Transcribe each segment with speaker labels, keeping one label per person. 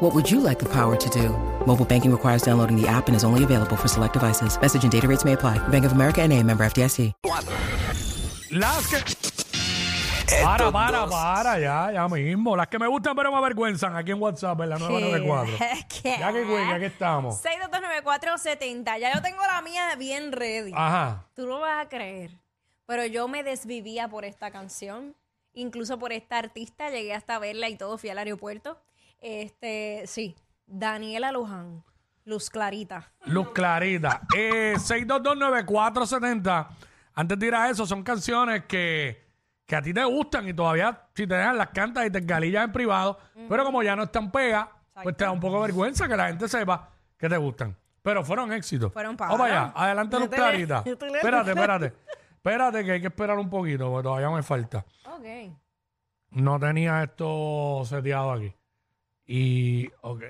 Speaker 1: What would you like the power to do? Mobile banking requires downloading the app and is only available for select devices. Message and data rates may apply. Bank of America and a member FDIC.
Speaker 2: Las que. Para, para, para, ya, ya mismo. Las que me gustan pero me avergüenzan aquí en WhatsApp, en la 994.
Speaker 3: ¿Qué?
Speaker 2: Ya que cuelga, aquí estamos.
Speaker 3: 6229470. Ya yo tengo la mía bien ready.
Speaker 2: Ajá.
Speaker 3: Tú no vas a creer. Pero yo me desvivía por esta canción. Incluso por esta artista. Llegué hasta verla y todo. Fui al aeropuerto. Este, sí. Daniela Luján. Luz Clarita.
Speaker 2: Luz Clarita. Eh, 6229470. Antes de ir a eso, son canciones que, que a ti te gustan y todavía, si te dejan, las cantas y te galillas en privado. Pero como ya no están pega, pues te da un poco de vergüenza que la gente sepa que te gustan. Pero fueron éxitos.
Speaker 3: Fueron
Speaker 2: Vamos allá.
Speaker 3: pájaros.
Speaker 2: Adelante,
Speaker 3: Yo
Speaker 2: Luz
Speaker 3: te le-
Speaker 2: Clarita.
Speaker 3: yo te le-
Speaker 2: Espérate, espérate. Espérate, que hay que esperar un poquito, porque todavía me falta.
Speaker 3: Ok.
Speaker 2: No tenía esto seteado aquí. Y, ok.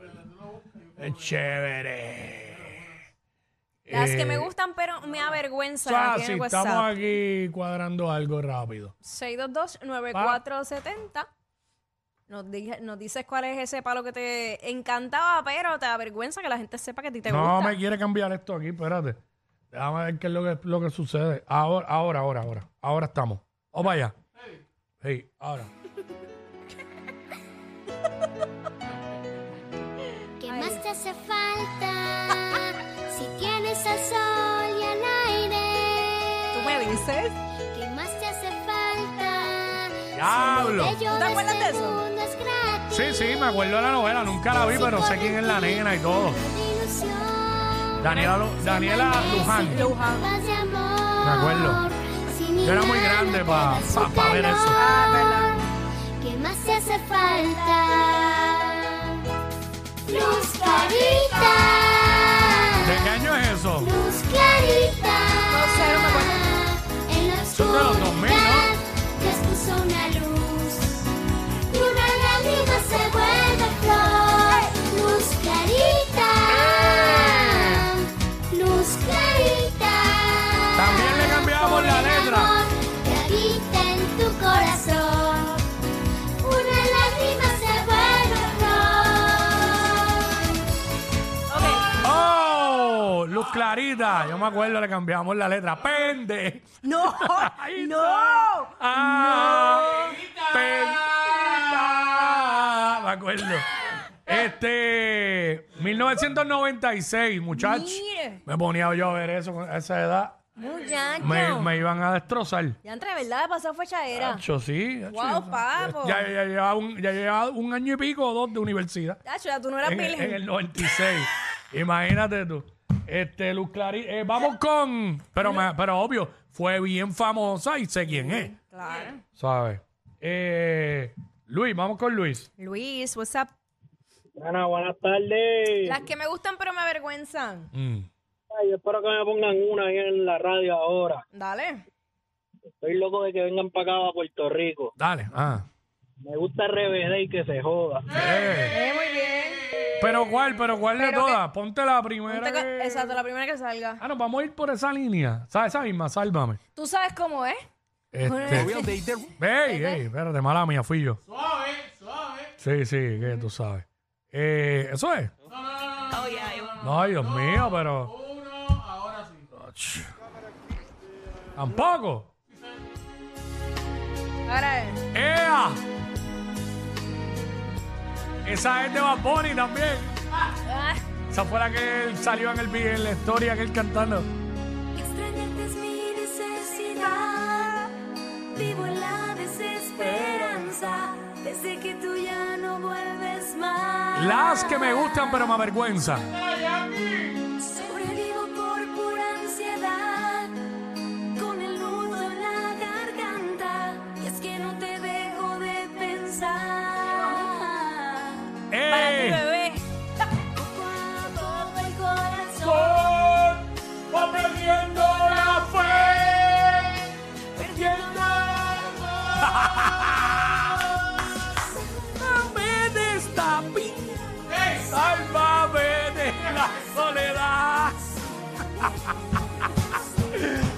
Speaker 2: Déjame ver. Es chévere.
Speaker 3: Las
Speaker 2: Eh,
Speaker 3: que me gustan pero me avergüenzan.
Speaker 2: Ah,
Speaker 3: aquí en
Speaker 2: sí,
Speaker 3: el
Speaker 2: estamos
Speaker 3: WhatsApp.
Speaker 2: aquí cuadrando algo rápido.
Speaker 3: 622-9470. Nos, dije- nos dices cuál es ese palo que te encantaba, pero te avergüenza que la gente sepa que a ti te
Speaker 2: no
Speaker 3: gusta.
Speaker 2: me quiere cambiar esto aquí, espérate. Déjame ver qué es lo que, lo que sucede. Ahora, ahora, ahora, ahora. Ahora estamos. O vaya. Sí, ahora.
Speaker 4: ¿Qué más te hace falta? Si tienes al sol y al
Speaker 3: Tú
Speaker 4: aire.
Speaker 3: me dices.
Speaker 4: ¿Qué más te hace falta?
Speaker 2: ¡Diablo!
Speaker 4: Si lo bello
Speaker 3: ¿Tú te acuerdas de
Speaker 4: este
Speaker 3: eso?
Speaker 4: mundo es gratis.
Speaker 2: Sí, sí, me acuerdo de la novela. Nunca la vi, pero sé quién es la nena y todo.
Speaker 4: Ilusión,
Speaker 2: Daniela, Lu- Daniela Luján.
Speaker 3: Luján.
Speaker 4: paz de amor.
Speaker 2: Me acuerdo.
Speaker 4: Sin
Speaker 2: Yo era muy
Speaker 4: nada
Speaker 2: grande
Speaker 4: te
Speaker 2: pa-
Speaker 4: da su
Speaker 2: pa- pa ver eso.
Speaker 4: calor. ¿Qué más te hace falta? Luz clarita.
Speaker 2: ¿De qué año es eso?
Speaker 4: Luz clarita.
Speaker 3: No sé, no me
Speaker 4: En la
Speaker 2: Son de los 2000,
Speaker 4: oscuridad Despuso una luz. Y una lágrima se vuelve flor. Luz clarita.
Speaker 3: Ah.
Speaker 4: Luz clarita.
Speaker 2: También le cambiamos la
Speaker 4: Por el
Speaker 2: letra.
Speaker 4: amor Que habita en tu corazón. Una lágrima se vuelve flor.
Speaker 3: Ok.
Speaker 2: ¡Oh! Luz Clarita. Yo me acuerdo, le cambiamos la letra. ¡Pende!
Speaker 3: No,
Speaker 2: Ahí
Speaker 3: no.
Speaker 2: está. ¡Ah! ¡Pendita! Me acuerdo. Este. 1996, muchachos.
Speaker 3: Mire.
Speaker 2: Me ponía yo a ver eso a esa edad.
Speaker 3: Muchacho.
Speaker 2: Me, me iban a destrozar.
Speaker 3: Ya entre verdad de pasado fue era.
Speaker 2: Hacho, sí. hacho,
Speaker 3: Guau,
Speaker 2: yo-
Speaker 3: papo.
Speaker 2: Ya, ya llevaba un, ya llevaba un año y pico o dos de universidad.
Speaker 3: Tacho, ya tú no eras
Speaker 2: en, el-
Speaker 3: virgen.
Speaker 2: en el 96. Imagínate tú. Este, Luz Clarín. eh, vamos con. Pero, me- pero obvio, fue bien famosa y sé quién es.
Speaker 3: Claro.
Speaker 2: ¿Sabes? Eh, Luis, vamos con Luis.
Speaker 3: Luis, what's up?
Speaker 5: Ana, buenas tardes.
Speaker 3: Las que me gustan pero me avergüenzan.
Speaker 2: Mm.
Speaker 5: Ay, yo espero que me pongan una ahí en la radio ahora.
Speaker 3: Dale.
Speaker 5: Estoy loco de que vengan para acá a Puerto Rico.
Speaker 2: Dale. Ah.
Speaker 5: Me gusta RBD y que se joda.
Speaker 2: Eh,
Speaker 3: Eh, muy bien.
Speaker 2: Pero cuál, pero cuál de
Speaker 3: Pero que-
Speaker 2: todas. Ponte la primera.
Speaker 3: Ponte con-
Speaker 2: que-
Speaker 3: Exacto, la primera que salga.
Speaker 2: Ah, no, vamos a ir por esa línea. ¿Sabes? Esa misma, sálvame.
Speaker 3: Tú sabes cómo es.
Speaker 2: Este. ey, ey, espérate, mala mía, fui yo. Suave, suave. Sí, sí, que tú sabes. Eh, ¿Eso es? No, Ay, Dios mío, pero. Uno, ahora sí. Tampoco.
Speaker 3: Ahora es.
Speaker 2: ¡Ea! Esa es de Bad Bunny también.
Speaker 3: Ah.
Speaker 2: Esa fue la que él salió en el vi- en la historia que él cantando.
Speaker 4: Extrañarte es mi necesidad. Vivo en la desesperanza desde que tú ya no vuelves más.
Speaker 2: Las que me gustan pero me avergüenzan.
Speaker 4: Sobrevivo por pura ansiedad, con el nudo en la garganta, y es que no te dejo de pensar.
Speaker 3: Para
Speaker 2: ¡Eh!
Speaker 3: ti, bebé.
Speaker 4: Poco a poco el corazón
Speaker 2: Va perdiendo la fe. Sálvame de esta vida. Sálvame de la soledad.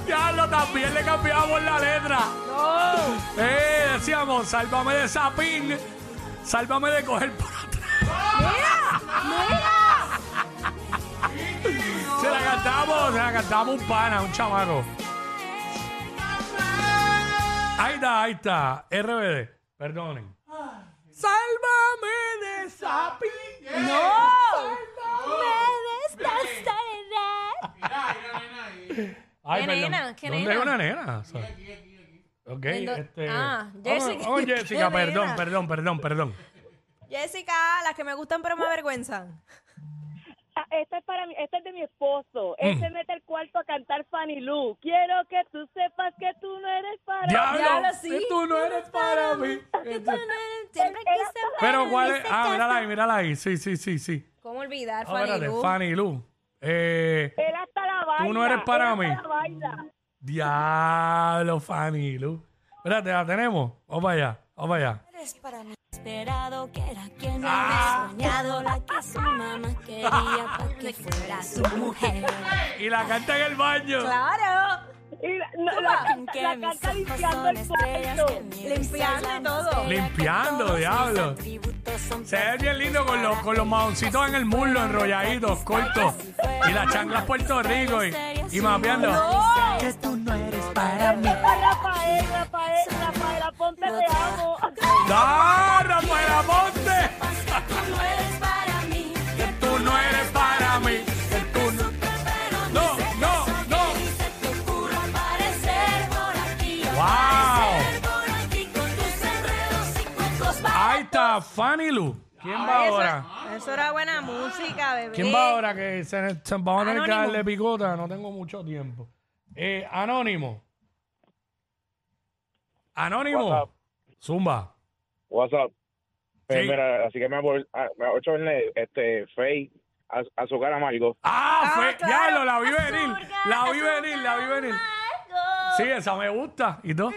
Speaker 2: Ya lo también le cambiamos la letra. Eh, decíamos, sálvame de esa pin. Sálvame de coger por atrás. Se la cantamos, se la cantamos un pana, un chamaco. Ahí está, ahí está. RBD, perdonen. Sálvame de esa piña. Ay,
Speaker 3: ¿Qué
Speaker 2: perdón.
Speaker 3: nena? ¿Qué
Speaker 2: ¿Dónde
Speaker 3: nena?
Speaker 2: hay una nena? O sea, Ok,
Speaker 3: ¿En dó-
Speaker 2: este.
Speaker 3: Ah,
Speaker 2: vamos-
Speaker 3: Jessica.
Speaker 2: vamos,
Speaker 3: ¿Qué
Speaker 2: Jessica, perdón,
Speaker 3: nena?
Speaker 2: perdón, perdón, perdón.
Speaker 3: Jessica, las que me gustan pero me
Speaker 2: Uh.
Speaker 3: avergüenzan.
Speaker 6: Ah, Esta es, para mí, esta es de mi esposo.
Speaker 2: Mm.
Speaker 6: Él se mete al cuarto a cantar Fanny Lu. Quiero que tú sepas que tú no eres para
Speaker 2: Diablo,
Speaker 3: Diablo, sí.
Speaker 2: que tú no eres para mí. Este,
Speaker 3: Siempre quise
Speaker 2: Pero cuál es. Ah, mírala ahí, mírala ahí. Sí, sí, sí, sí.
Speaker 3: ¿Cómo olvidar,
Speaker 2: Ah,
Speaker 3: Fanny
Speaker 2: espérate,
Speaker 3: Lu?
Speaker 2: Fanny Lu. Eh.
Speaker 6: Él hasta la baila.
Speaker 2: Tú no eres para
Speaker 6: él hasta
Speaker 2: mí.
Speaker 6: la baila.
Speaker 2: Diablo, Fanny Lu. Espérate, la tenemos. Vamos para allá, vamos para allá.
Speaker 4: eres para mí. Esperado que era quien
Speaker 2: Ah.
Speaker 4: había soñado, la que su mamá quería para que fuera su mujer.
Speaker 2: Y la canta en el baño.
Speaker 3: ¡Claro!
Speaker 6: Y la, no, la canta-
Speaker 4: Que
Speaker 6: la
Speaker 4: mis
Speaker 6: canta
Speaker 4: ojos
Speaker 6: limpiando
Speaker 4: son
Speaker 6: el
Speaker 4: estrellas,
Speaker 6: cuarto.
Speaker 4: que mi
Speaker 3: Limpiarle
Speaker 4: vista es la
Speaker 3: todo.
Speaker 4: más bella, que
Speaker 2: Limpiando,
Speaker 4: todos mis
Speaker 2: diablo.
Speaker 4: atributos son
Speaker 2: Se ve bien lindo con los,
Speaker 4: perfectos
Speaker 2: con los maoncitos en el muslo enrolladitos, cortos. Y las chanclas Puerto Rico y, y mapeando. Que tú no eres para mí.
Speaker 6: Ay, Rafael, Rafael, Rafaela Ponte, te amo.
Speaker 2: ¡No, ¡Ah, Rafael Aponte!
Speaker 4: para ti. Tú no eres para mí.
Speaker 2: Que tú no eres para mí. Que tú no... No, no, no.
Speaker 4: Se te ocurra aparecer por aquí.
Speaker 2: ¡Wow!
Speaker 4: Por aquí con tus enredos y cuentos
Speaker 2: Ahí está, Fanny Lu. ¿Quién va ahora?
Speaker 3: Eso, eso era buena música, bebé.
Speaker 2: ¿Quién va ahora? Que se, se- vamos a tener que
Speaker 3: Anónimo.
Speaker 2: darle picota, no tengo mucho tiempo. Eh, anónimo. Anónimo.
Speaker 7: WhatsApp.
Speaker 2: Zumba.
Speaker 7: WhatsApp. Eh,
Speaker 2: Sí.
Speaker 7: mira, así que me voy a ocho este Fey a, a su cara amargo.
Speaker 2: Ah, fue,
Speaker 3: claro.
Speaker 2: diablo, la vi venir. La vi venir, la vi venir. Sí, esa me gusta. ¿Y tú?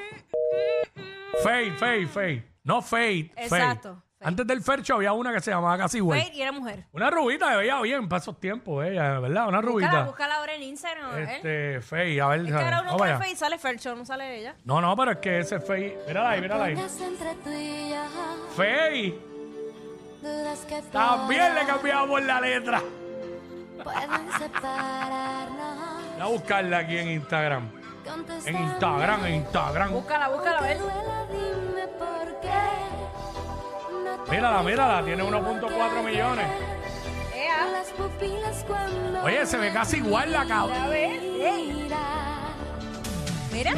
Speaker 2: Fade, fade, fade. No fade. fade.
Speaker 3: Exacto, fade.
Speaker 2: Antes del Fercho había una que se llamaba casi igual.
Speaker 3: Wait, y era mujer.
Speaker 2: Una rubita que veía bien para esos tiempos, ella, ¿verdad? Una
Speaker 3: Búscala,
Speaker 2: rubita.
Speaker 3: búscala ahora en Instagram. ¿eh?
Speaker 2: Este, fade, a ver.
Speaker 3: Es que ahora uno
Speaker 2: vamos allá.
Speaker 3: pone Face y sale Fercho, no sale ella.
Speaker 2: No, no, pero es que ese Fey. Mírala ahí, mírala ahí.
Speaker 4: entre tú y yo,
Speaker 2: Fey.
Speaker 4: dudas que
Speaker 2: También le cambiamos la letra.
Speaker 4: pueden separarnos.
Speaker 2: Voy a buscarla aquí en Instagram. En
Speaker 4: Contéstame,
Speaker 2: Instagram, en Instagram.
Speaker 3: Búscala, búscala, a
Speaker 4: aunque
Speaker 3: ver.
Speaker 4: duela, dime por qué. No te
Speaker 2: Mírala, mírala,
Speaker 4: olvido
Speaker 2: tiene
Speaker 4: ni
Speaker 2: 1.4
Speaker 4: volver
Speaker 2: millones.
Speaker 4: a Las pupilas cuando
Speaker 2: Oye, se ve casi igual la cabra.
Speaker 4: miras.
Speaker 3: Mira.